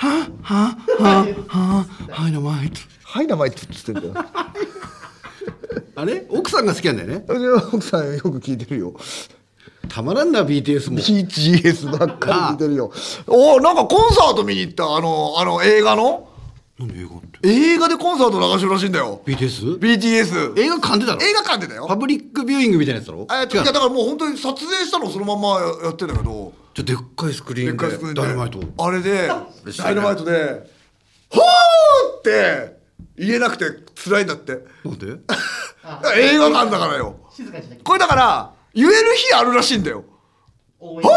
はあはあはあはあはい名前ハイナマイトって言ってんだよ。あれ奥さんが好きなんだよねそれは奥さんよく聞いてるよ。たまらんな BTS も BTS ばっかり聞いてるよ。おお、なんかコンサート見に行った、あの、あの映画の。なんで映画って映画でコンサート流してるらしいんだよ。 BTS? BTS。映画館でだろ映画館でだよパ。ブリックビューイングみたいなやつだろえっと、い違うやだからもう本当に撮影したのをそのまんまやってんだけど。じゃあでっかいスクリーでっンかいスクリーでンダイナマイトあれで嬉しいねダイナマイトで「ほー!」って言えなくて辛いんだってなんで映画館だからよ静かにしなきゃこれだから言える日あるらしいんだよ応援ほ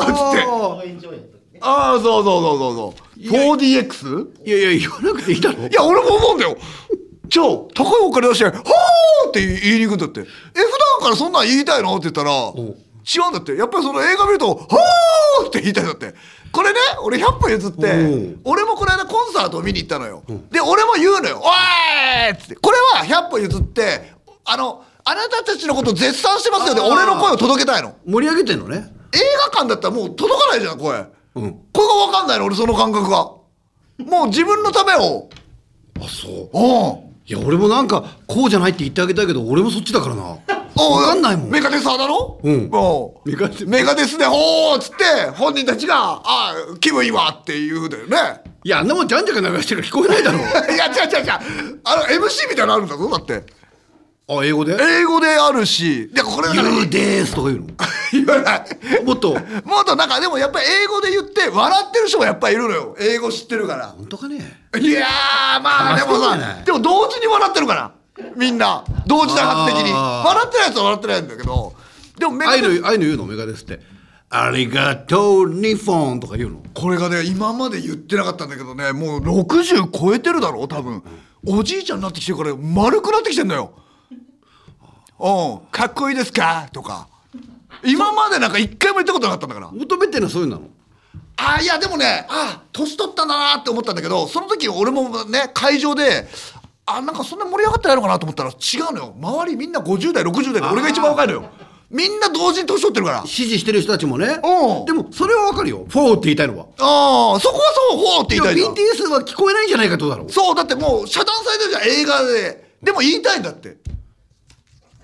ーっつって応援上映の時ねああそうそうそうそうそう 4DX? いやいや言わなくていいだろいや俺も思うんだよじゃあ高いお金出して「ほー!」って言いに行くんだってえ普段からそんなん言いたいのって言ったらん違うんだってやっぱりその映画見ると「ほー!」って言いたいんだってこれね俺100歩譲ってうん俺もこの間コンサートを見に行ったのよ、で俺も言うのよ「おい!」っつってこれは100歩譲ってあのあなたたちのこと絶賛してますよねあー俺の声を届けたいの盛り上げてんのね映画館だったらもう届かないじゃん声、うん声が分かんないの俺その感覚がもう自分のためをあそううんいや俺もなんかこうじゃないって言ってあげたいけど俺もそっちだからなお分かんないもんメガデス派だろうんおメガデスメガデスで、ほーっつって、本人たちが、あー気分いいわって言うんだよね。 いやあんなもんじゃんじゃか流してるから聞こえないだろいや、違う違う違う。あの、MC みたいなのあるんだぞ、だって。あ英語で英語であるし、いや、こ「れはなんか You です」とか言うの 言わない。もっともっとなんか、でもやっぱり英語で言って、笑ってる人もやっぱいるのよ。英語知ってるから。本当かねいやー、まあ、でも楽しそうじゃさない、でも同時に笑ってるから。みんな、同時多発的に。あー笑ってないやつは笑ってないんだけど、でもメガ愛デスの愛の言うのメガですって「ありがとうニフォン」とか言うのこれがね今まで言ってなかったんだけどねもう60超えてるだろ多分おじいちゃんになってきてるから丸くなってきてんだよ「うんかっこいいですか?」とか今までなんか一回も言ったことなかったんだから求めてるのはそういうのなのあいやでもねあ年取ったんだなって思ったんだけどその時俺もね会場であなんかそんな盛り上がってないのかなと思ったら違うのよ周りみんな50代60代で俺が一番若いのよみんな同時に年取ってるから支持してる人たちもねうんでもそれはわかるよ「フォー」って言いたいのはああそこはそうほうってで言いもたいじゃん BTS は聞こえないんじゃないかとだろそうだってもう遮断されてるじゃん映画ででも言いたいんだって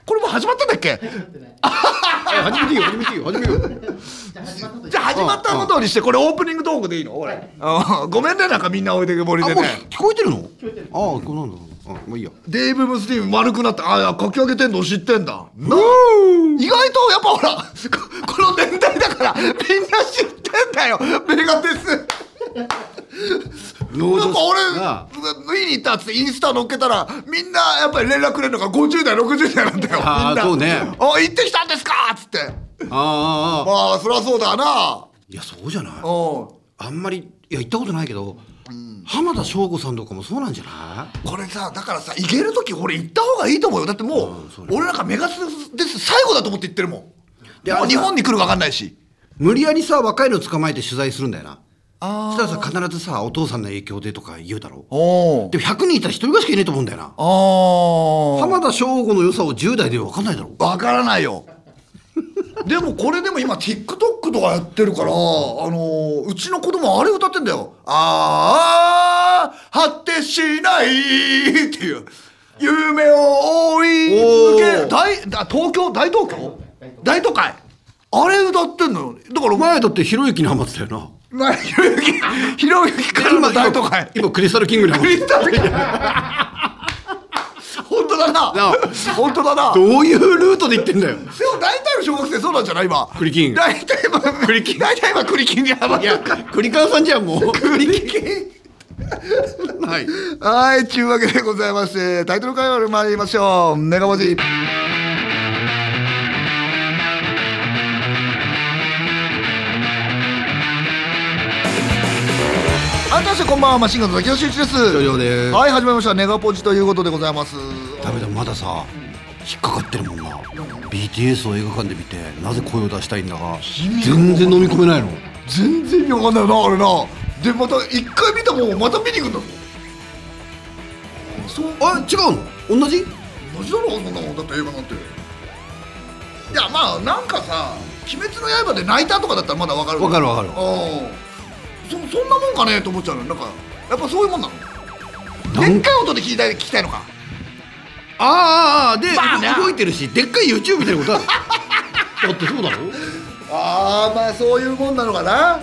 これもう始まったんだっけ立ってないえ始めていいよ始めていいよ始めようじゃあ始まったとじゃあ始まったことにしてこれオープニングトークでいいの俺うんごめんねなんかみんな置いてけぼりあでもうね聞こえてるのえてるああこうなんだあもういいやデーブ・ムスティーン丸くなったああ書き上げてんの知ってんだなあ意外とやっぱほらここの年代だからみんな知ってんだよメガテスノなんかが俺見に行ったっつってインスタ乗っけたらみんなやっぱり連絡くれるのが50代60代なんだよあーみんなそうねあ行ってきたんですかっつってああああまあそりゃそうだないやそうじゃないうんあんまりいや行ったことないけど、浜田省吾さんとかもそうなんじゃないこれさだからさ行ける時俺行った方がいいと思うよだってもうんそううね俺なんかメガスです最後だと思って行ってるもんでもあうれ日さ本に来るか分かんないし無理やりさ若いの捕まえて取材するんだよなあそしたらさ必ずさお父さんの影響でとか言うだろおおでも100人いたら1人がしかいないと思うんだよなあ浜田省吾の良さを10代では分かんないだろわからないよでもこれでも今 TikTok とかやってるから、あのーうちの子供あれ歌ってんだよ「ああ果てしない」っていう夢を追い続けおー大あ東京大東京大都会あれ歌ってんのよだからお前前だってひろゆきにハマってたよなまあひろゆきひろゆきからの大都会今クリスタルキングにハマ クっリてスタルキング本当だななあ本当だなどういうルートで行ってんだよでも大体の小学生そうなんじゃない今栗金大体今栗金大体今栗金にハマっいてやるか栗川さんじゃんもう栗金はいはいちゅうわけでございましてタイトル会話に参りましょうメガ文字あたしてこんばんはマシンガンズの崎田修一です以上ですはい始まりましたネガポジということでございますダメだまださ引っかかってるもんな BTS を映画館で見てなぜ声を出したいんだか全然飲み込めないの全然意味わかんないよなあれなでまた一回見たもんをまた見に行くんだもんそうあ違うの同じ同じだろそんなもんだって映画なんていやまあなんかさ「鬼滅の刃」で泣いたとかだったらまだわかるわかるわかるうんそそんなもんかねと思っちゃうのなんかやっぱそういうもんなのなんでっかい音で聞きたい聞きたいのかあーあーあーで、まあね動いてるしでっかい YouTube みたいな ことあるだってそうだろああまあそういうもんなのかな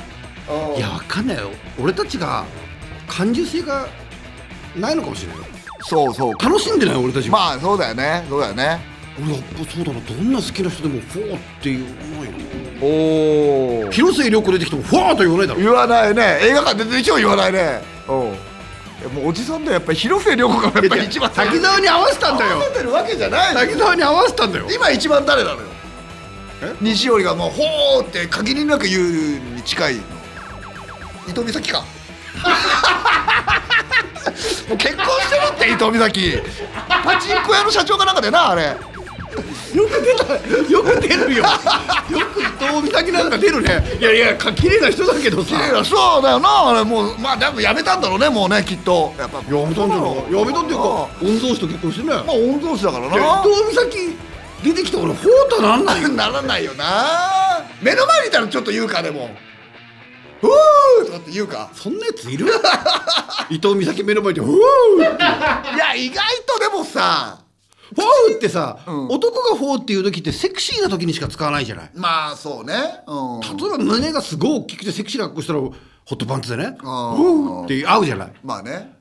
うんいやわかんないよ俺たちが感受性がないのかもしれないよそうそう楽しんでない俺たちもまあそうだよねそうだよね俺やっぱそうだなどんな好きな人でもフォーって言わないよおお広末涼子出てきてもフォーと言わないだろ言わないね映画館出てきても言わないねうんいやもうおじさんだよやっぱり広末涼子がやっぱり一番滝沢に合わせたんだよ出てるわけじゃないのよ滝沢に合わせたんだよ今一番誰なのよえ西織がもう「ほー」って限りなく言うに近いの伊藤美咲か もう結婚してるって伊藤美咲パチンコ屋の社長かなんかだよなあれよく出たよく出るよよく伊藤美咲なんか出るねいやいやか綺麗な人だけど綺さ麗なそうだよなあれもうまあでもやめたんだろうねもうねきっとやっぱやめたんじゃないやめたっていうかあ御曹司と結婚してねまあ御曹司だからいや伊な藤美咲出てきたからフォーとなんないよならないよな目の前にいたらちょっと言うかでも「ふー」とかって言うかそんなやついる 伊藤美咲目の前でフォーっていや意外とでもさフォーってさ、うん男がフォーっていう時ってセクシーな時にしか使わないじゃないまあそうねうん例えば胸がすごい大きくてセクシーな格好したらホットパンツでねフあーォーって合うじゃないまあね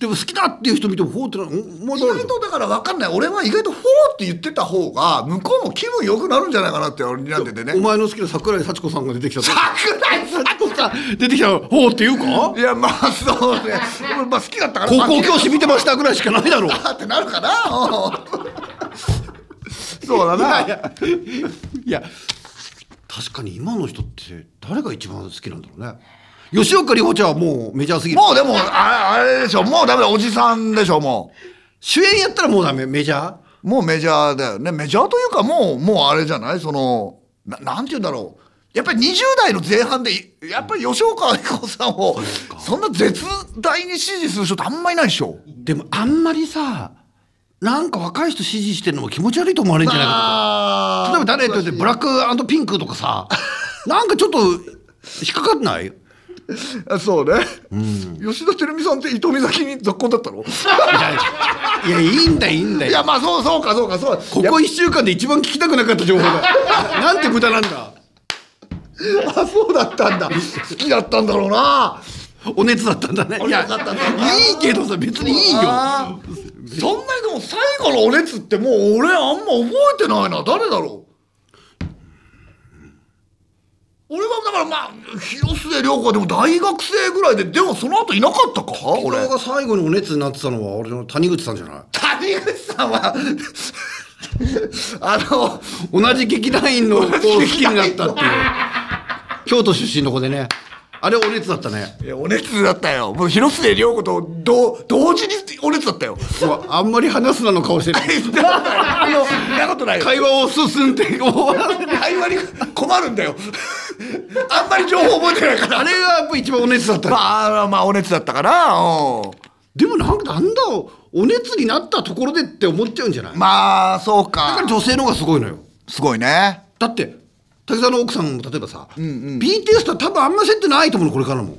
でも好きだっていう人見てもフォーってなお前意誰だ外とだから分かんない俺は意外と「フォー」って言ってた方が向こうも気分良くなるんじゃないかなって俺にらんでてねお前の好きな桜井幸子さんが出てきた桜桜井井 幸子さん出てきたらフォーって言うかいやま あそうね俺まあ好きだったから高校教師見てましたぐらいしかないだろうあってなるかなうんそうだないやいや確かに今の人って誰が一番好きなんだろうね吉岡里帆ちゃんはもうメジャーすぎるもうでもああれでしょもうダメだおじさんでしょも主演やったらもうダメメジャーうもうメジャーだよねメジャーというかもうもうあれじゃないそのななんて言うんだろうやっぱり20代の前半でいやっぱり吉岡愛子さんをそんな絶大に支持する人ってあんまいないでしょでもあんまりさなんか若い人支持してるのも気持ち悪いと思われるんじゃないかとかあ例えば誰と言ってブラックピンクとかさなんかちょっと引っかかんないあそうね、吉田照美さんって伊藤美咲に続婚だったのいいやいいんだよいいんだやよまあそうそうかそうかそうかここ1週間で一番聞きたくなかった情報 だなんて無駄なんだあそうだったんだ好きだったんだろうなお熱だったんだねいやいお熱だったんだないけどさ別にいいよあーそんなにでも最後のお熱ってもう俺あんま覚えてないな誰だろう俺はだからまあ広末涼子はでも大学生ぐらいででもその後いなかったか俺俺が最後にお熱になってたのは俺の谷口さんじゃない谷口さんは あの同じ劇団員の子を好きになったっていう京都出身の子でねあれお熱だったねいやお熱だったよもう広末涼子と同同時にお熱だったようわあんまり話すなの顔してるあのそんなことないよ会話を進んで終わらせる会話に困るんだよあんまり情報覚えてないからあれがやっぱ一番お熱だったねまあ、まあ、お熱だったから、うん。でもなんかなんだお熱になったところでって思っちゃうんじゃないだまあ、そうかか。ら女性の方がすごいのよすごいね。だって滝沢の奥さんも例えばさ、BTS とは多分あんま接点ないと思うのこれからも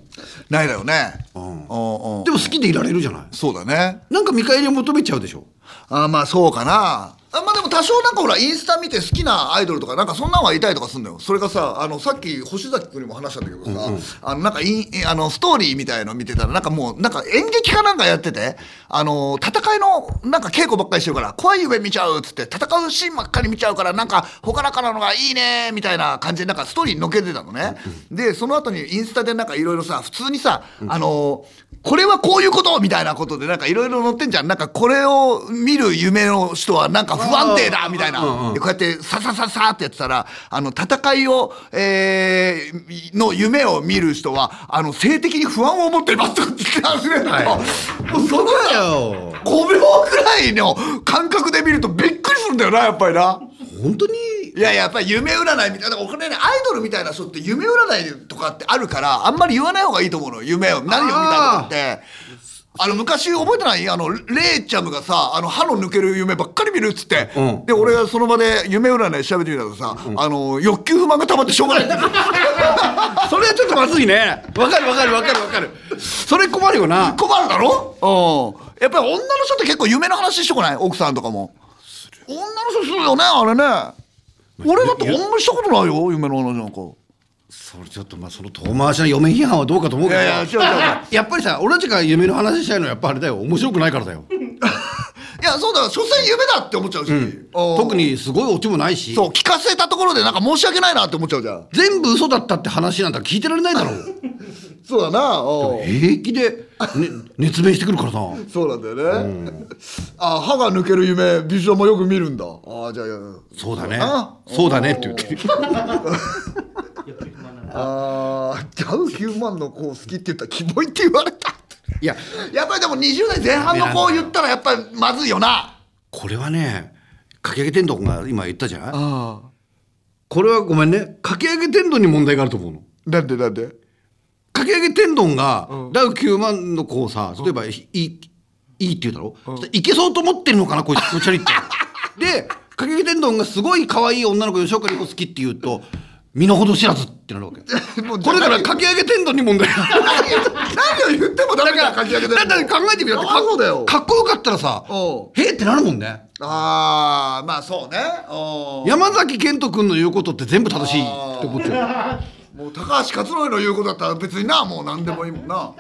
ないだよね。んうんうんでも好きでいられるじゃないそうだね。なんか見返りを求めちゃうでしょあまあ、そうかな。あまあでも多少なんかほらインスタ見て好きなアイドルとかなんかそんなんはいたりとかすんだよそれがさあのさっき星崎君にも話したんだけどさ、あのなんかインあのストーリーみたいの見てたらなんかもうなんか演劇かなんかやっててあの戦いのなんか稽古ばっかりしてるから怖い夢見ちゃうっつって戦うシーンばっかり見ちゃうからなんかほからかなのがいいねみたいな感じでなんかストーリーにのけてたのね、でその後にインスタでなんかいろいろさ普通にさ、あのこれはこういうことみたいなことでなんかいろいろ載ってんじゃんなんかこれを見る夢の人はなんか不安定だみたいな、でこうやってささささってやってたらあの戦いを、えーの夢を見る人はあの性的に不安を持ってますとかって言って始めるの、はもうそのだよ5秒ぐらいの感覚で見るとびっくりするんだよなやっぱりな。本当にいやいややっぱり夢占いみたいな、お金ね、アイドルみたいな人って夢占いとかってあるから、あんまり言わない方がいいと思うのよ、夢を、何を見たいとかって。あの昔覚えてないあのレイちゃんがさあの歯の抜ける夢ばっかり見るっつって、うんで俺がその場で夢占い調べてみたらさ、あの欲求不満が溜まってしょうがない って言ってそれはちょっとまずいねわかるわかるわかるわかるそれ困るよな困るだろうんやっぱり女の人って結構夢の話してこない奥さんとかも女の人するよねあれね俺だってあんまりしたことないよ夢の話なんかそれちょっとまあその遠回しな嫁批判はどうかと思ういけどやいや違う違う違うやっぱりさ俺たちが夢の話したいのはやっぱあれだよ面白くないからだよいやそうだよ所詮夢だって思っちゃうし、うん特にすごいオチもないしそう聞かせたところでなんか申し訳ないなって思っちゃうじゃん全部嘘だったって話なんだ聞いてられないだろうそうだなお平気で、ね、熱弁してくるからさそうなんだよね、あ歯が抜ける夢ビジュアルもよく見るんだあじゃあそうだねあそうだねって言って欲求不満なのあーギャウヒューマンの子を好きって言ったらキモいって言われたいややっぱりでも20代前半の子を言ったらやっぱりまずいよなこれはねかき揚げ天丼が今言ったじゃないあこれはごめんねかき揚げ天丼に問題があると思うのあなんでなんでかき揚げ天丼が、ダウ9万の子をさ例えば、いいいいって言うだろ、そしたらいけそうと思ってるのかなこいつのチャリって でかき揚げ天丼がすごい可愛い女の子吉岡里帆好きって言うと身の程知らずってなるわ けもうこれからかき揚げ天丼に問題がある何を言ってもダメだかき上げてだって考えてみようだってあそうだよかっこよかったらさおうへえってなるもんねああまあそうねお山崎賢人君の言うことって全部正しいって思っちゃもう高橋克典の言うことだったら別になもう何でもいいもんなう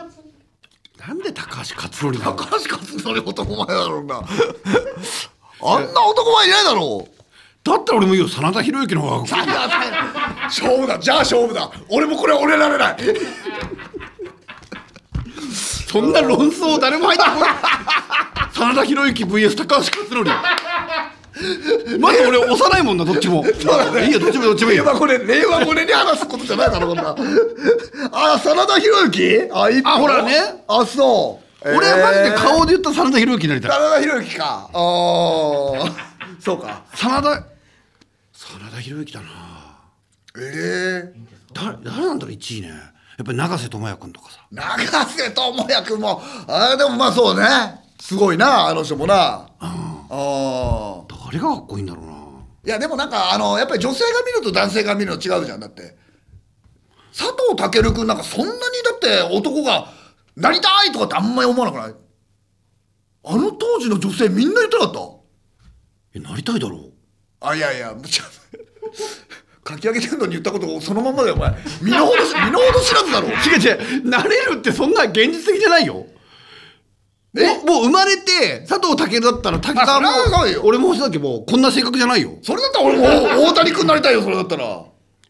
なんで高橋克典なの高橋克典男前だろうなあんな男前いないだろうだったら俺もいいよ真田広之の方がなんだ勝負だじゃあ勝負だ俺もこれ折れられないそんな論争誰も入ってこない。 真田広之 VS 高橋克典。まず俺幼いもんなどっちも。いいよどっちもどっちもいいよ。今これ令和5年に話すことじゃないだろこんなあ真田広之あ一歩あほらねあそう俺はマジでえー顔で言ったら真田広之になりたい。真田広之かあーそうか真田真田広之だな。ええ誰誰なんだろう一位ね。やっぱり永瀬智也君とかさ。長瀬智也君もあーでもまあそうねすごいなあの人もなああ誰がかっこいいんだろうな。いやでもなんかあのやっぱり女性が見ると男性が見るの違うじゃんだって佐藤健君なんかそんなにだって男がなりたいとかってあんまり思わなくないあの当時の女性みんな言ってなかっえなりたいだろう。たあいやいや ちょかき上げてんのに言ったことをそのまんまだよお前身の程知身の程知らずだろ違う違うなれるってそんな現実的じゃないよえもう生まれて佐藤健だったら武田もあそれはそうよ俺も星崎もこんな性格じゃないよそれだったら俺も大谷君になりたいよそれだったらい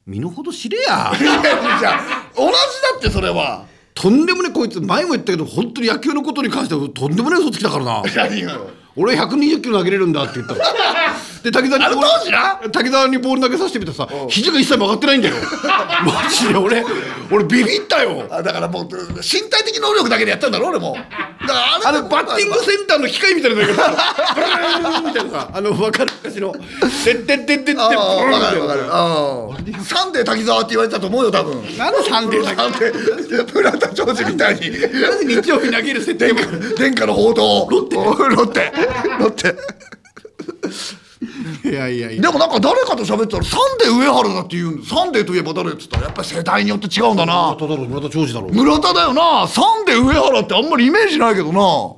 身の程知れややいやいや同じだってそれはとんでもねえこいつ前も言ったけど本当に野球のことに関してはとんでもねえ嘘つきだからな何よ俺120キロ投げれるんだって言ったので滝沢あにのボール当時な滝沢にボール投げさせてみたらさ肘が一切曲がってない んだよマジで俺俺ビビったよあだからもう身体的能力だけでやったんだろ俺もだからあのバッティングセンターの機械みたいなのだけど、ブルーンみたいなさ、あの分かる昔の、てってってってって、ブルーンみああ分かたるい分な。かるうんサンデー滝沢って言われてたと思うよ多分なんでサンデーだサンデー村田ジョージみたいにけなんで日曜日投げる設定も。殿下の報道ロッテロッテロッテいやいやいで。もなんか誰かと喋ってたらサンデー上原だって言うんサンデーといえば誰っつったらやっぱり世代によって違うんだな村田だろ、村田長司だろ。村田だよなサンデー上原ってあんまりイメージないけどな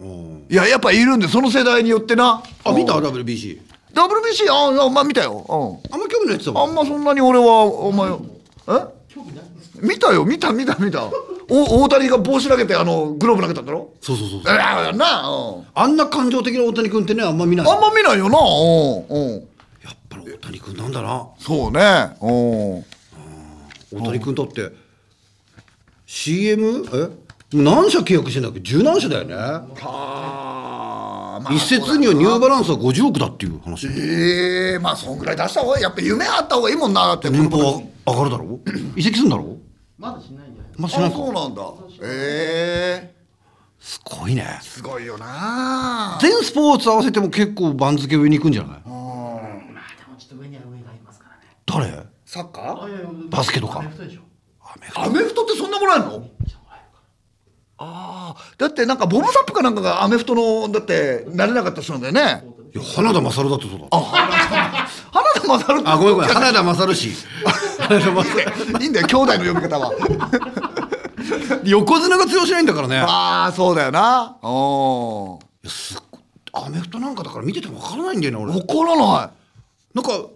うんいややっぱいるんでその世代によってなあ、見た ?WBC。 WBC ああまあ見たよ、あんま興味ないって言ってたうん、あもん。んまそんなに俺はお前え興味ないんですか見たよ見た見た見たお大谷が帽子投げてあのグローブ投げたんだろそうそうそうそう。あな、うんあんな感情的な大谷君ってね、あんま見ない。あんやま見ないよなうんうんっぱり大谷君なんだな。そうねうん大谷君だって、CM? え何社契約してんだっけ十何社だよね。はあま一説にはニューバランスは50億だっていう話。ええまあそんぐらい出した方がやっぱ夢あった方がいいもんなだって年俸は上がるだろ 移籍するんだろまだしないんじゃないですかまあ、あしないそうかなんだええすごいねすごいよな全スポーツ合わせても結構番付上に行くんじゃないまあでもちょっと上には上がいますからね誰サッカあいやいやバスケとかアメフトでしょアメフアメフトってそんなもらえんのめっちゃもらえるからああーだってなんかボムサップかなんかがアメフトのだってなれなかった人なんだよねいや花田勝だってそうだあ花田勝るあごめんごめん花田勝氏花田勝いいんだよ兄弟の呼び方は 横綱が通用しないんだからねああそうだよなおアメフトなんかだから見ててもわからないんだよな俺分からないなんか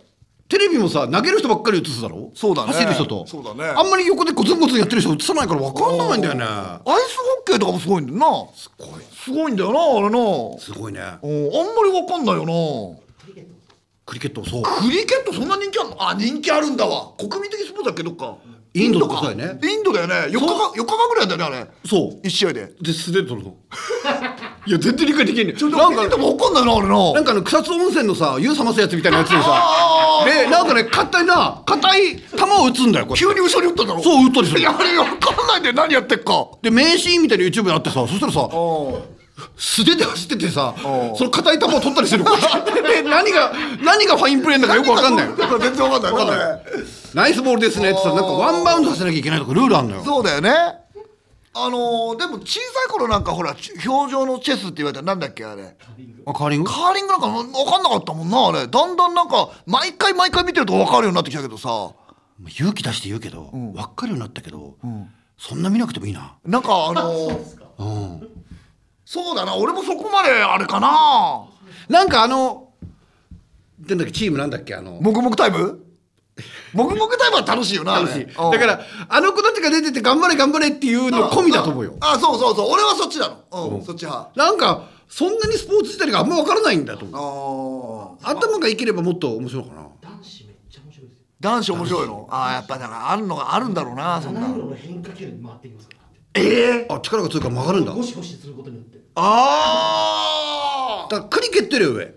テレビもさ投げる人ばっかり映すだろそうだね走る人とそうだねあんまり横でゴツンゴツンやってる人映さないからわかんないんだよねアイスホッケーとかもすごいんだよなすごいすごいんだよなあれなおすごいねあんまり分かんないよなクリケットもそうクリケットそんな人気あるのあ人気あるんだわ国民的スポーツだっけどっかインドとかそうだよねインドだよね4日間四日間ぐらいだよねあれそう一試合でで素手で取るのいや全然理解できんねんちょっとなん見てかても分かんないなあれななんかあの草津温泉のさ湯冷ますやつみたいなやつであさでなんかね硬いな硬い球を打つんだよこうや急に後ろに打ったんだろってそう打ったりすいるやあれ分かんないんだよ何やってっかで名シーンみたいに YouTube やってさそしたらさお素手で走っててさうんその硬い球を取ったりす るで何が何がファインプレーなのかよくわかんないだから全然分かんない分かんないナイスボールですねってさなんかワンバウンドさせなきゃいけないとかルールあんのよそうだよね。あのーでも小さい頃なんかほらち表情のチェスって言われたらなんだっけあれあカーリングカーリングなんか分かんなかったもんなあれだんだんなんか毎回毎回見てると分かるようになってきたけどさ勇気出して言うけど分かるようになったけどそんな見なくてもいいななんかあのーうんそうだな俺もそこまであれかななんかあのなんだっけチームなんだっけあのもぐもぐタイムもぐもぐタイムは楽しいよなあれ楽しいだうんからあの子たちが出てて頑張れ頑張れっていうの込みだと思うよあそうそうそう俺はそっちなのうん、そっち派なんかそんなにスポーツ自体があんま分からないんだと思うああ頭がいければもっと面白いかな男子めっちゃ面白いですよ。男子面白いのああやっぱだからあるのがあるんだろうなそんな7キロの変化球に回ってきますから。ええあ力が強いから曲がるんだゴシゴシすることによって。ああだからクリケットより上ルー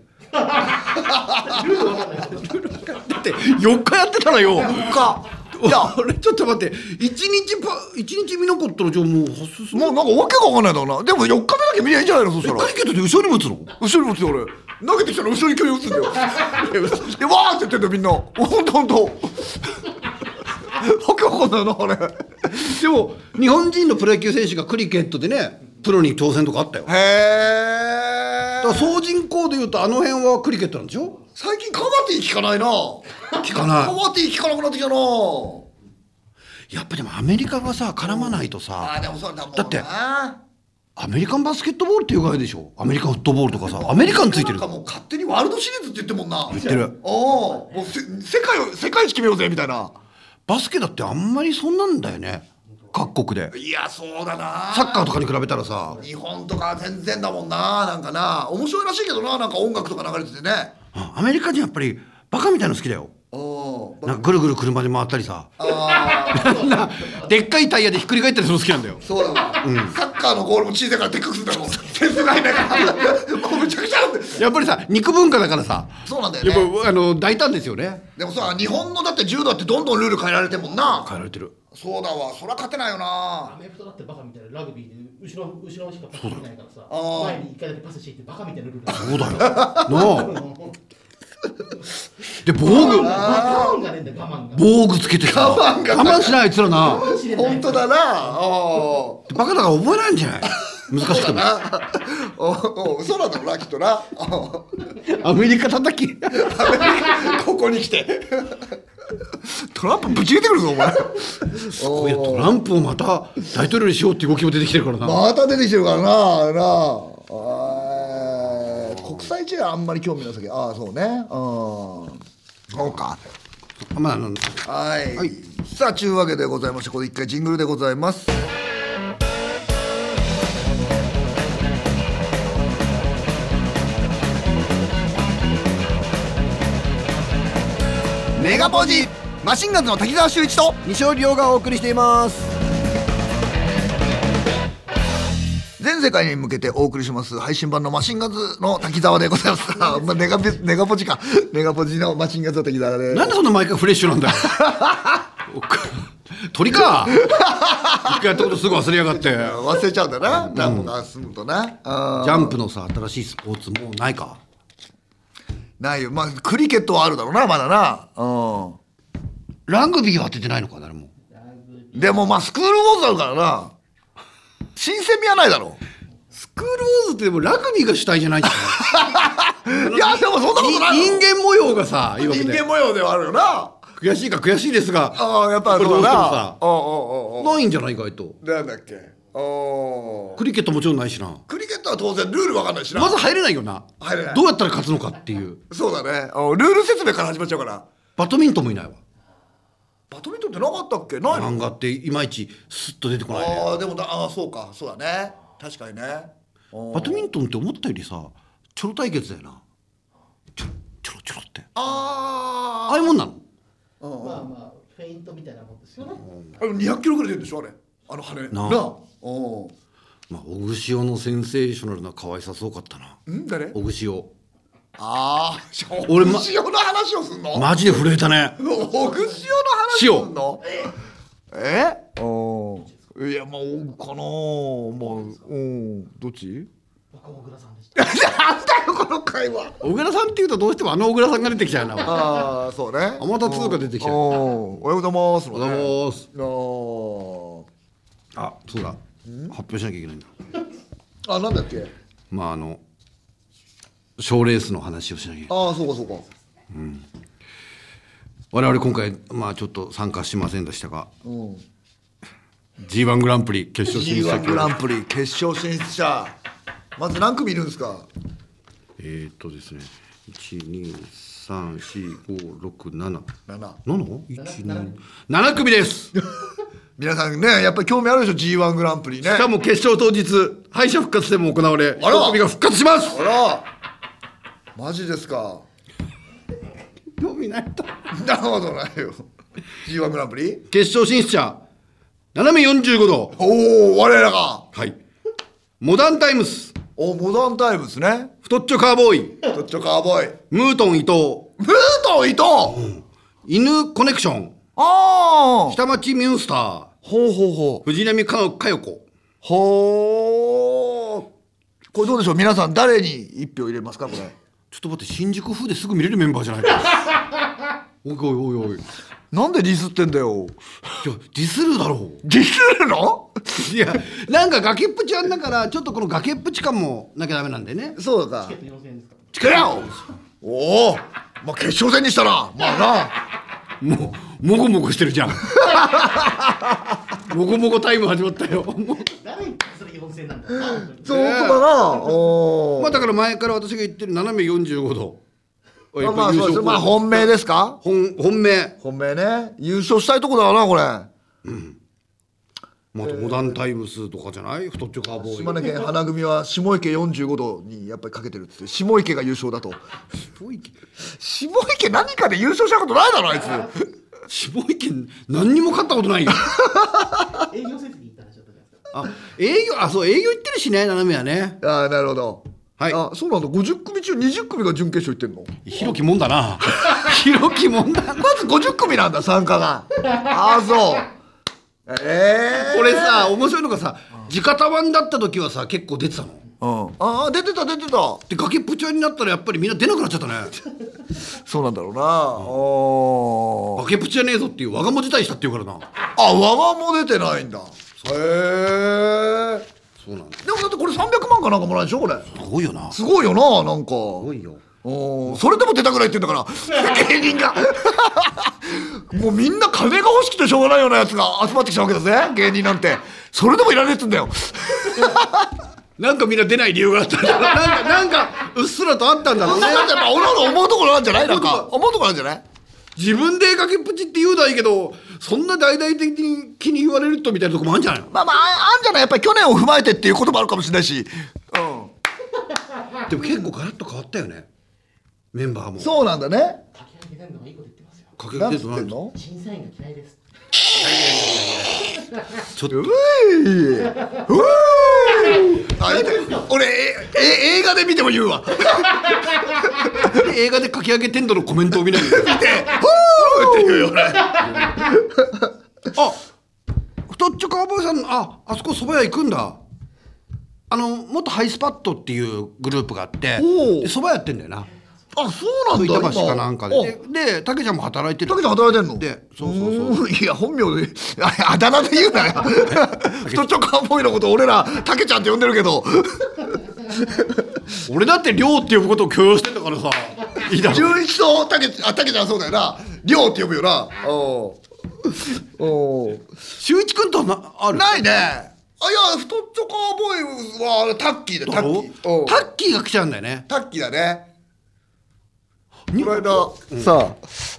ルわかんないですよ。だって4日やってたらよかいや俺ちょっと待って一日パ一日見なかったらじゃあもう発すもうなんかわけがわかんないだろうなでも4日目だけ見りゃいいんじゃないのそしたらクリケットで後ろに打つの後ろに打つよ俺投げてきたら後ろに距離打つ んだよいや嘘でわーって言ってんだよみんなほんとほんとわけわかんないなあれでも日本人のプロ野球選手がクリケットでねプロに挑戦とかあったよだかへらえ総人口でいうとあの辺はクリケットなんでしょ最近カバティ聞かないな聞かなカバティ聞かなくなってきたないやっぱでもアメリカがさ絡まないとあさーでもそうだもんなだってアメリカンバスケットボールっていうぐらいでしょアメリカンフットボールとかさアメリカンついてるなんかもう勝手にワールドシリーズって言ってるもんな言ってるおおもうせ世界を世界一決めようぜみたいなバスケだってあんまりそんなんだよね各国でいやそうだなサッカーとかに比べたらさ日本とか全然だもんななんかな面白いらしいけどななんか音楽とか流れててねうんアメリカ人やっぱりバカみたいの好きだよおーなんかぐるぐる車で回ったりさあなーんなでっかいタイヤでひっくり返ったりするの好きなんだよそうだわ、サッカーのゴールも小さいからでっかくするんだろセンスないんだから もうめちゃくちゃあるんだやっぱりさ肉文化だからさそうなんだよやねっぱあの大胆ですよねでもさ日本のだって柔道ってどんどんルール変えられてるもんな変えられてるそうだわそりゃ勝てないよアなメフトだってバカみたいなラグビーで後ろ後ろしかパスできないからさあー前に一回だけパスしていってバカみたいなルールそうだよなあ我で防具慢がねえんだよ我慢が防具つけてさ我慢が我慢しないあいつらな我慢しねえんだよ本当だなおーバカだから覚えないんじゃない難しくてもあおお嘘なんだろうなきっとなおアメリカ叩きここに来てトランプぶち切れてくるぞお前すごいよトランプをまた大統領にしようっていう動きも出てきてるからなまた出てきてるからななあえー国際試合あんまり興味ないけどああそうねうんそうかまああのはい、はいさあちゅうわけでございましてここで一回ジングルでございますメガポジマシンガンズの滝沢秀一と西尾亮がお送りしています全世界に向けてお送りします配信版のマシンガンズの滝沢でございます。あまあ、ネガペネガポジか。ネガポジのマシンガンズの滝沢で。なんでそんな毎回フレッシュなんだよ おっか鳥か一回やったことすぐ忘れやがって忘れちゃうんだな。何個か進むとな。あジャンプのさ新しいスポーツもうないかないよ。まあ、クリケットはあるだろうな、まだな。うラグビーは当ててないのか誰もん。でもまあ、スクールウォーズあるからな。新鮮味はないだろスクローズってでもラグビーが主体じゃ ないじゃ いやでもそんなことないんの人間模様がさいいわけ人で間模様ではあるよな悔しいか悔しいですがああやっぱこれそどううだしてもなさおうおうおうおうないんじゃない意外となんだっけおクリケットもちろんないしなクリケットは当然ルールわかんないしな、まず入れないよな入れないどうやったら勝つのかっていうそうだねおルール説明から始まっちゃうからバドミントンもいないわバドミントンってなかったっけないの漫画っていまいちスッと出てこないねああでもだああそうかそうだね確かにねおバドミントンって思ったよりさチョロ対決だよなちょちょろちょろってあああいうもんなのまあまあフェイントみたいなもんですよね。ああれ200キロぐらい出るんでしょあれあの羽根なあおうまあ小串尾のセンセーショナルな可愛さすごかったなん誰小串尾ああしょ俺俺まま塩の話をすんのマジで震えたねおぐしおの話をすんのえおいやまあおかなまあうんどっち 僕も小倉さんでした。なんだよこの会話小倉さんっていうとどうしてもあの小倉さんが出てきちゃうな俺ああそうねあまた通貨出てきたおおはようございますおはようございますごあそうだ発表しなきゃいけないんだああなんだっけまああの賞レースの話をしなきゃいけないああそうかそうか我々今回まあちょっと参加しませんでしたがうん G1 グランプリ決勝進出 G1 先グラをンプリ決勝進出者まず何組いるんですかえー、っとですね1234567 7 7? 7組です皆さんねやっぱり興味あるでしょ G1 グランプリねしかも決勝当日敗者復活戦も行われあら一組が復活しますあらマジですか興味ないとなるほどないよ G1 グランプリ決勝進出者斜め45度おお我らがはいモダンタイムスおモダンタイムですね太っちょカーボーイトッチョカーボーイムートン伊藤ムートン伊藤犬コネクションああ下町ミュースターほうほうほう藤波かかよこほうこれどうでしょう皆さん誰に一票入れますかこれちょっと待って新宿風ですぐ見れるメンバーじゃないか おいおいおいおいいやなんでディスってんだよディスるだろディスるのういやなんか崖っぷちあんだからちょっとこの崖っぷち感もなきゃダメなんだよねそうかチケット4000円ですから。チケよおおまあ決勝戦にしたらまあなもうもごもごしてる じゃんもごもごタイム始まったよもう誰にそれ4000円なんだろうな。そうだなおおまあだから前から私が言ってる斜め45度まあまあそうです候補まあ本命ですか本本命本命ね優勝したいとこだよなこれまあ、あとモダンタイムスとかじゃない太っちょカーボ島ーイ根県花組は下池45度にやっぱりかけてるっつって下池が優勝だと下池下池何かで優勝したことないだろあいつ下池何にも勝ったことないよ営業成績に行った話だったじゃないですか。あ営業あそう営業行ってるしね斜めはね ああなるほどはいあそうなんだ50組中20組が準決勝いってんのひろきもんだな ひろきもんだなまず50組なんだ参加 がああそうええこれさ面白いのがさ地方版だった時はさ結構出てたのうん、ああ出てた出てたで崖っぷちになったらやっぱりみんな出なくなっちゃ ったねそうなんだろうな、おー崖っぷちじゃねえぞっていう我がも自体したっていうからなあわわも出てないんだへえそうなんだでもだってこれ300万かなんかもらえるでしょこれすごいよなすすごいよななんかごいよおーそれでも出たくないって言うんだから 芸人がもうみんな金が欲しくてしょうがないようなやつが集まってきたわけだぜ芸人なんてそれでもいらねえって言うん だよなんかみんな出ない理由があったん だなんかなんかうっすらとあったんだろそ うんねなことやっぱおのおの思うところなんじゃないなんか思うところなんじゃない自分で崖っぷちって言うないいけどそんな大々的に気に言われるとみたいなとこもあるんじゃないのまあまあああんじゃないやっぱり去年を踏まえてっていうこともあるかもしれないし、うん、でも結構ガラッと変わったよねメンバーもそうなんだね掛け合いで全部のいいこと言ってますよ。かけなんてつるってとんの審査員が嫌いです。ちょっうといういうあいいね俺ええ映画で見ても言うわで映画でかき上げ天童のコメントを見 ないでふーって言うよ俺あ太っちょカーボーイさんのああそこ蕎麦屋行くんだあの元ハイスパットっていうグループがあっておうで蕎麦屋やってんだよなあそうなんだ板橋かなんか今でででたけちゃんも働いてあるだけど働いてんのでそうそうそうーんいや本名でああだ名で言うなよ 太っちょカーボーイのこと俺らたけちゃんって呼んでる けど俺だって亮って呼ぶことを許容してんだからさいいだろ純一とたけあたけちゃんそうだよなりょうって呼ぶよなおーおー周一君とはなあるないねあいや太っちょカーボーイはあれタッキーだよだタろッキーうんタッキーが来ちゃうんだよねタッキーだねこの間さ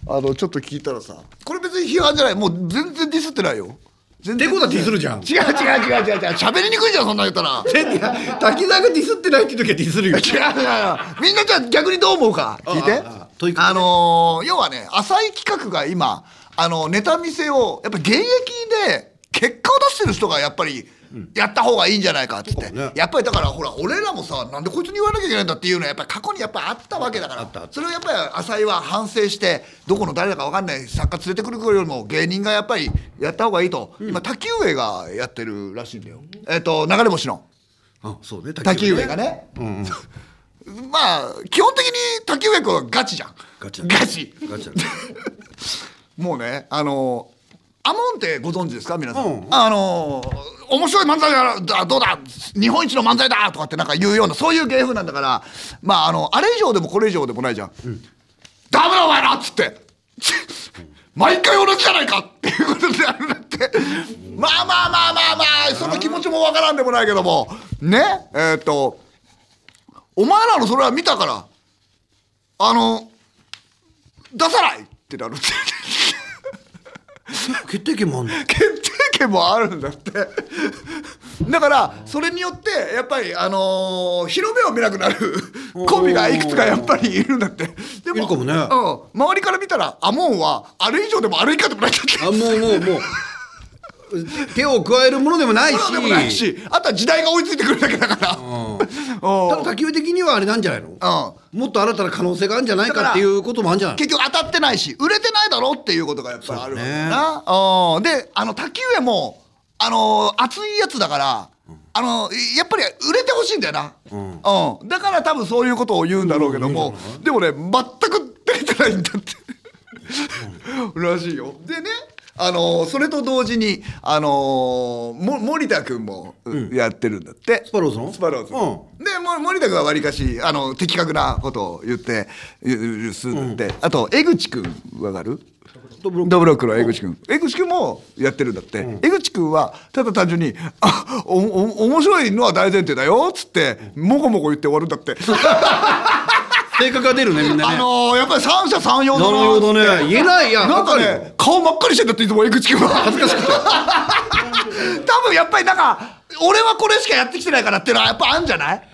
あのちょっと聞いたらさこれ別に批判じゃないもう全然ディスってないよ全って然ことはディスる じゃん違う違う違う違う違う喋りにくいじゃんそんなん言ったら違いや滝沢がディスってないって時はディスるよう違う違うみんなじゃあ逆にどう思うか聞いてあああ問いかけあのー要はね浅い企画が今あのネタ見せをやっぱ現役で結果を出してる人がやっぱりやった方がいいんじゃないかっつって、そうかもねやっぱりだからほら俺らもさなんでこいつに言わなきゃいけないんだっていうのはやっぱり過去にやっぱあったわけだからあったあったそれをやっぱり浅井は反省してどこの誰だか分かんない作家連れてくるよりも芸人がやっぱりやった方がいいと、今滝上がやってるらしいんだよえっ、と流れ星のあそうね滝上ねがねうんうん まあ基本的に滝上君はガチじゃんガチだガチガチだもうねあのアモンってご存知ですか皆さん、うんあの面白い漫才だだどうだ日本一の漫才だとかってなんか言うようなそういう芸風なんだからまああのあれ以上でもこれ以上でもないじゃん、ダメだお前らっつって ち毎回同じじゃないかっていうことであるんだってまあまあまあまあまあその気持ちもわからんでもないけどもねえーっとお前らのそれは見たからあの出さないってなるって。決定権もあんの決定権もあるんだってだからそれによってやっぱりあのー、広めを見なくなるコンビがいくつかやっぱりいるんだってでいるかもねうん、周りから見たらアモンはあれ以上でもあれ以下でもないんだってあもうもうもう手を加えるものでもないしそうでもないし あとは時代が追いついてくるだけだから んうんただ卓球的にはあれなんじゃないのうんもっと新たな可能性があるんじゃないだかからっていうこともあるんじゃないの結局当たってないし売れてないだろっていうことがやっぱりあるわけだなうんであの滝上もあのー熱いやつだから、あのーやっぱり売れてほしいんだよな、うんだから多分そういうことを言うんだろうけども、でもね全く出てないんだって。らしいよ。でね、あのーそれと同時に、あのーも森田君もやってるんだって。スパローズのスパローズの。で、も森田君はわりかし、あの、的確なことを言って、ゆゆするんだって。あと、江口君、わかるドブロックドブロックの江口君。江口君もやってるんだって。江口君は、ただ単純に、あ、お、お、面白いのは大前提だよ、つって、もこもこ言って終わるんだって。性格が出るねみんなあねのーやっぱり三者三様だなるほどなってね言えないいやなんかわるよね顔真っ赤にしてんだっていつも江口君は恥ずかしくて多分やっぱりなんか俺はこれしかやってきてないからっていうのはやっぱあるんじゃない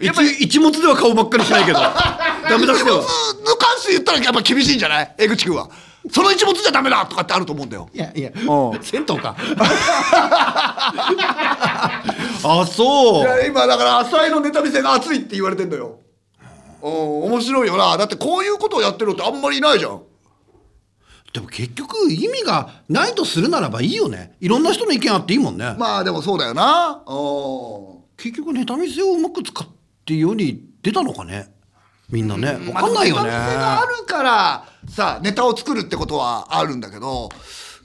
一一物では顔ばっかりしないけどダメ出しでは一物の関数言ったらやっぱ厳しいんじゃない江口君はその一物じゃダメだとかってあると思うんだよいやいやうん銭湯か あそいうや今だから浅井のネタ見せが熱いって言われてんだようん面白いよなだってこういうことをやってるのってあんまりいないじゃんでも結局意味がないとするならばいいよねいろんな人の意見あっていいもんね、まあでもそうだよなうん結局ネタ見せをうまく使って世に出たのかねみんなね分まあかんないよねネタ見せがあるからさネタを作るってことはあるんだけど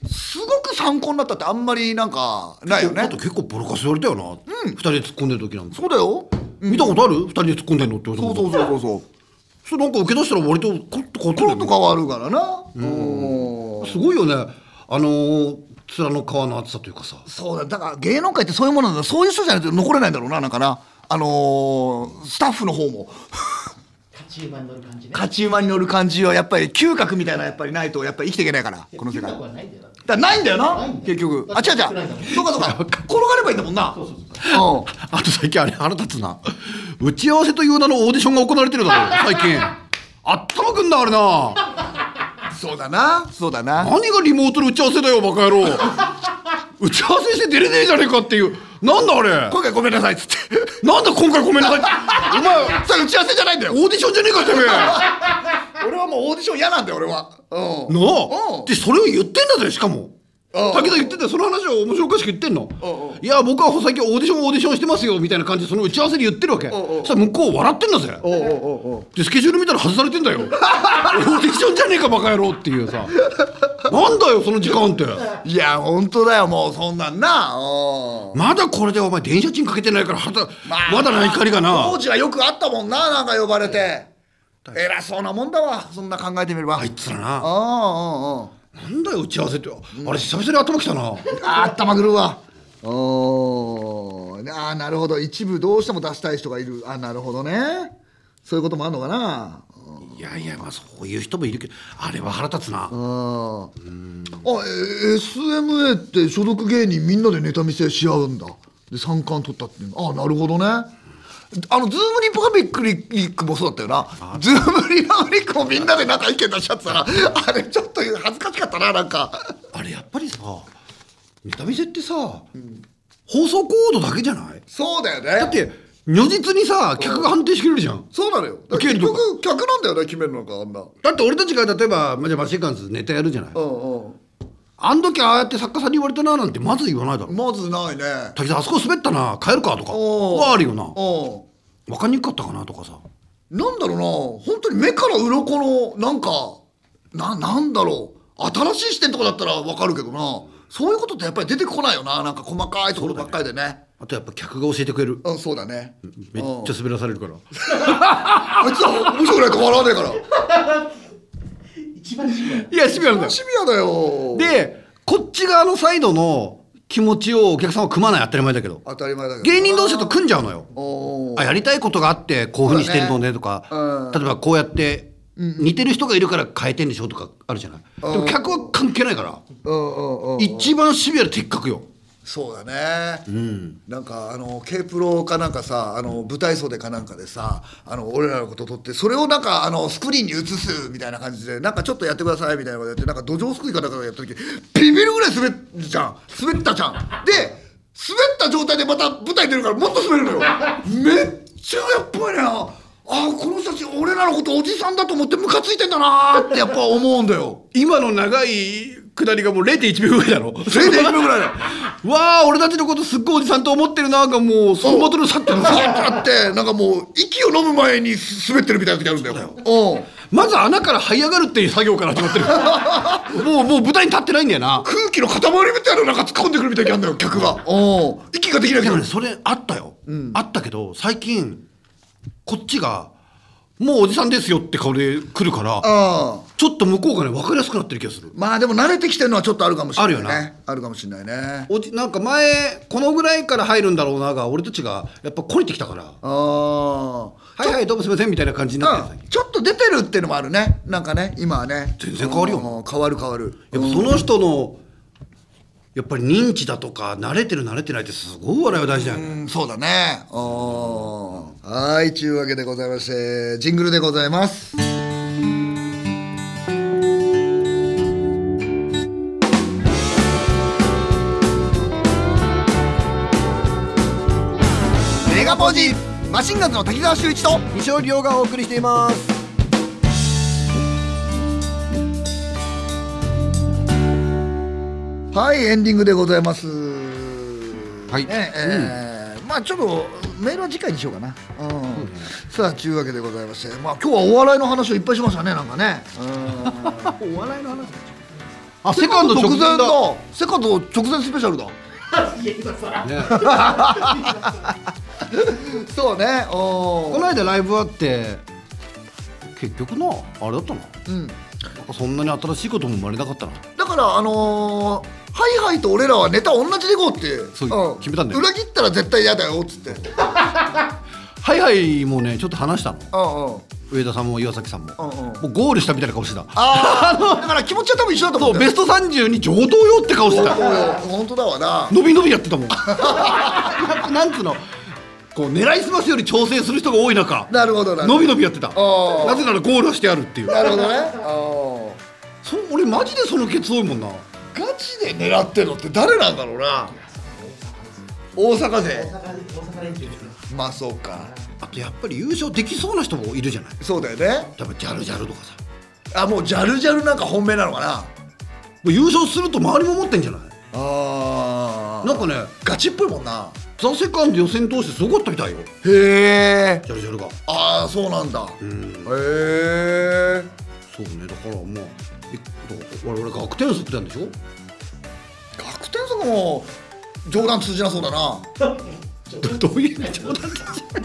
すごく参考になったってあんまりなんかないよあねと結構ボロカス言われたよな、う2人で突っ込んでる時なんてそうだよ見たことある2人で突っ込んでんのって言わそれうたことそうそうそうそうそれなんか受け出したら割とコロッと変わってコるロよッねと変わるからなうんすごいよねあのー、面の皮の厚さというかさそうだだから芸能界ってそういうものなんだそういう人じゃないと残れないんだろうななんかなあのースタッフの方も勝ち馬に乗る感じね。勝ち馬に乗る感じはやっぱり嗅覚みたいなやっぱりないとやっぱり生きていけないからこの世界嗅覚はないんだよだな。からないんだよなないんだよ結局あ違う違少ないんだもんうそうかそうか転がればいいんだもんなそうそうそう。うん あと最近あれ腹立つな打ち合わせという名のオーディションが行われてるだろ最近あったまくんだあれなそうだな、そうだな。 何がリモートの打ち合わせだよバカ野郎打ち合わせして出れねえじゃねえかっていうなんだあれ今回ごめんなさいっつって。なんだ今回ごめんな さいってお前それ打ち合わせじゃないんだよ。オーディションじゃねえかてめえな俺はもうオーディション嫌なんだよ、俺は。うん。あうんでそれを言ってんだぜしかもああ滝沢言ってたよその話を面白おかしく言ってんのああいや僕は最近オーディションオーディションしてますよみたいな感じでその打ち合わせで言ってるわけああそしたら向こう笑ってんだぜおうおうおうおうでスケジュール見たら外されて んだよオーディションじゃねえかバカ野郎っていうさなんだよその時間っていや本当だよもうそんなんなうんまだこれでお前電車賃かけてないからはた、まだな怒りがな当時はよくあったもんななんか呼ばれて偉そうなもんだわそんな考えてみればあいつらなああなんだよ打ち合わせってあれ久々に頭きたなあ頭くるわおーあーなるほど一部どうしても出したい人がいるあなるほどねそういうこともあるのかないやいやまあそういう人もいるけどあれは腹立つなああ、え SMA って所属芸人みんなでネタ見せし合うんだで三冠取ったっていうのああなるほどねあのズームリパブリックリックもそうだったよなズームリパブリックもみんなでなんか意見出しちゃってたらあれちょっと恥ずかしかったななんかあれやっぱりさネタ見せってさ、放送コードだけじゃないそうだよねだって如実にさ客が判定してくれるじゃんそうなのよだから受け結るとか局客なんだよね決めるのかあんなだって俺たちが例えば、まあ、じゃあマシンガンズネタやるじゃないうんうんあん時ああやって作家さんに言われたななんてまず言わないだろまずないね滝沢あそこ滑ったな帰るかとかおーはあるよなうん分かりにくかったかなとかさなんだろうな本当に目から鱗のなんかななんだろう新しい視点とかだったらわかるけどなそういうことってやっぱり出てこないよななんか細かいところばっかりでねあとやっぱ客が教えてくれるうんそうだねめっちゃ滑らされるからあいつは面白くないと笑わね えから一番シビ アいやシビアなんだよシビアだよでこっち側のサイドの気持ちをお客さんは組まない当たり前だけど当たり前だけど芸人同士だと組んじゃうのよおーあやりたいことがあってこういうふうにしてるのねとそうだかねう例えばこうやって似てる人がいるから変えてんでしょとかあるじゃないでも客は関係ないからうんうんうん一番シビアで的確よそうだね、なんかあの K プロかなんかさあの舞台袖かなんかでさあの俺らのこと撮ってそれをなんかあのスクリーンに映すみたいな感じでなんかちょっとやってくださいみたいなことやってなんか土壌すくいかなんかやった時ビビるぐらい滑るじゃん滑ったじゃんで滑った状態でまた舞台出るからもっと滑るのよめっちゃやっぱりねあこの人たち俺らのことおじさんだと思ってムカついてんだなーってやっぱ思うんだよ今の長い下りがもう0.1秒ぐらいだろ0.1秒ぐらいだよ わあ俺たちのことすっごいおじさんと思ってるながもうそのバトル去ってる あってなんかもう息を飲む前に滑ってるみたいな時あるんだよ。うんまず穴から這い上がるっていう作業から始まって るもうもう舞台に立ってないんだよな空気の塊みたいなのなんか突っ込んでくるみたいな時あるんだよ客が。うん息ができないで時あもるね。それあったよ、あったけど最近こっちがもうおじさんですよって顔で来るからあちょっと向こうがね分かりやすくなってる気がするまあでも慣れてきてるのはちょっとあるかもしれないね。あるよな。あるかもしれないね。おじなんか前このぐらいから入るんだろうなが俺たちがやっぱ懲りてきたから「ああ。はいはいどうもすいません」みたいな感じになってる最うんちょっと出てるっていうのもあるね。なんかね今はね。全然変わるよなうん変わる変わる。近やっぱその人のやっぱり認知だとか慣れてる慣れてないってすごいお笑いは大事だよねうんそうだね。うんはいというわけでございましてジングルでございます。メガポージマシンガンズの滝沢秀一と西尾亮がお送りしていますはいエンディングでございますはいねえーまあちょっとメールは次回にしようかな、うんさあというわけでございましてまあ今日はお笑いの話をいっぱいしましたねなんかね、お笑いの話あセカンド直直前だ前だセカンド直前スペシャルだいや今更ねそうねおこの間ライブあって結局なあれだったなうんなんかそんなに新しいことも生まれなかったなだからあのーハイハイと俺らはネタ同じでいこうってそう決めたんだよ裏切ったら絶対嫌だよっつってうんはいはいもうねちょっと話したのうん上田さんも岩崎さんもうんうんもうゴールしたみたいな顔してたああだから気持ちは多分一緒だと思そううんだベよスト30に上等よって顔してたそうよ本当だわな伸び伸びやってたもん なんつうのこう狙いすますより調整する人が多い中なるほどなる伸ほどび伸びやってたーなぜならゴールはしてあるっていうなるほどねあそう俺マジでそのケツ多いもんなーガチで狙ってるのって誰なんだろうな大阪大勢阪大阪連休 ですねまあそうかあとやっぱり優勝できそうな人もいるじゃないそうだよね多分ジャルジャルとかさあもうジャルジャルなんか本命なのかなもう優勝すると周りも思ってんじゃないあなんかねガチっぽいもんなザ・セカンド予選通してすごかったみたいよへえジャルジャルがああそうなんだうへんえそうねだからまあえだから我々学天則なんでしょ学天則も冗談通じなそうだな どどういう冗談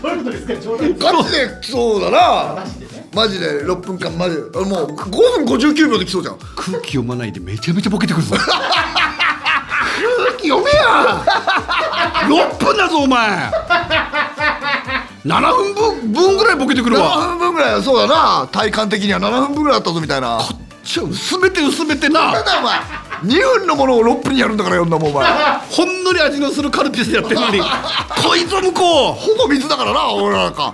どういうことですか冗談ですガチでそうだなマジでねマジで6分間マジであもう5分59秒できそうじゃん空気読まないでめちゃめちゃボケてくるぞ 空気読めや6分だぞお前7分分分ぐらいボケてくる わ7分分ぐらいそうだな体感的には7分分ぐらいだったぞみたいなちょ薄めて薄めてななんだよお前2分のものを6分にやるんだからよんなもんお前ほんのり味のするカルピスやってるのにこいつ向こうほぼ水だからな俺らなんか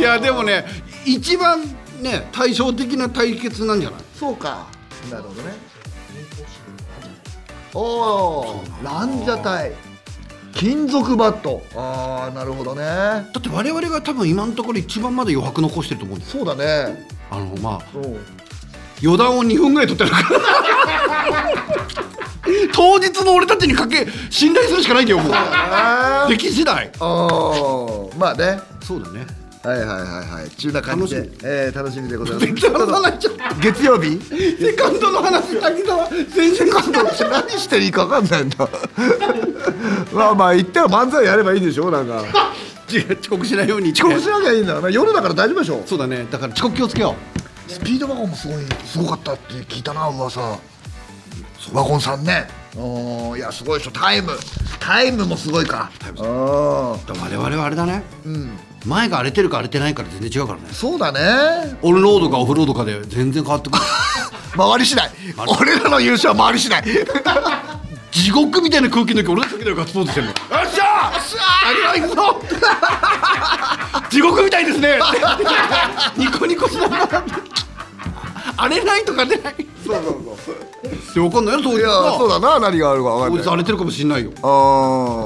いやでもね一番ね対照的な対決なんじゃないそうかなるほどねおおランジャタイ金属バットああなるほどねだって我々が多分今のところ一番まだ余白残してると思うんですそうだねあのまあうん余談を2分ぐらい取ってる から当日の俺たちにかけ信頼するしかないんだよもうあ出来次第あおーまあねそうだねはいはいはいはい中な感じで楽しえー楽しみでございます全然話さないじゃん月曜日セカンドの話滝沢全然関係ない何していいか分かんないん だまあまあ言っては漫才やればいいでしょなんか違う遅刻しないように遅刻しなきゃいいんだからね夜だから大丈夫でしょそうだねだから遅刻気をつけよスピードワゴンもすごいすごかったって聞いたな噂ワゴンさんねおーいやすごいでしょタイムタイムもすごいかうあだから我々はあれだねーうん前が荒れてるか荒れてないから全然違うからねそうだねオンロードかオフロードかで全然変わってくる回り次第俺らの優勝は回り次第よ地獄みたいな空気の時俺たちだけでガッツポーズしてるのっしゃーあれはいくぞ地獄みたいですねニコニコしながら荒れないとか出ないそうそうそうわかんないよ当い日やはそうだな何があるか分かん当ない日荒れてるかもしんないよあ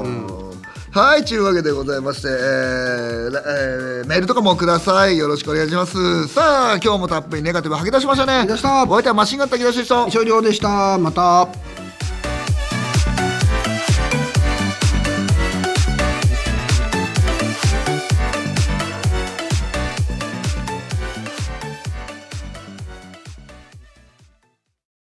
ーはいというわけでございまして、えーらえーメールとかもくださいよろしくお願いしますさあ今日もたっぷりネガティブ吐き出しましたねき出したお相手はマシンガン滝出しでした少量でしたまた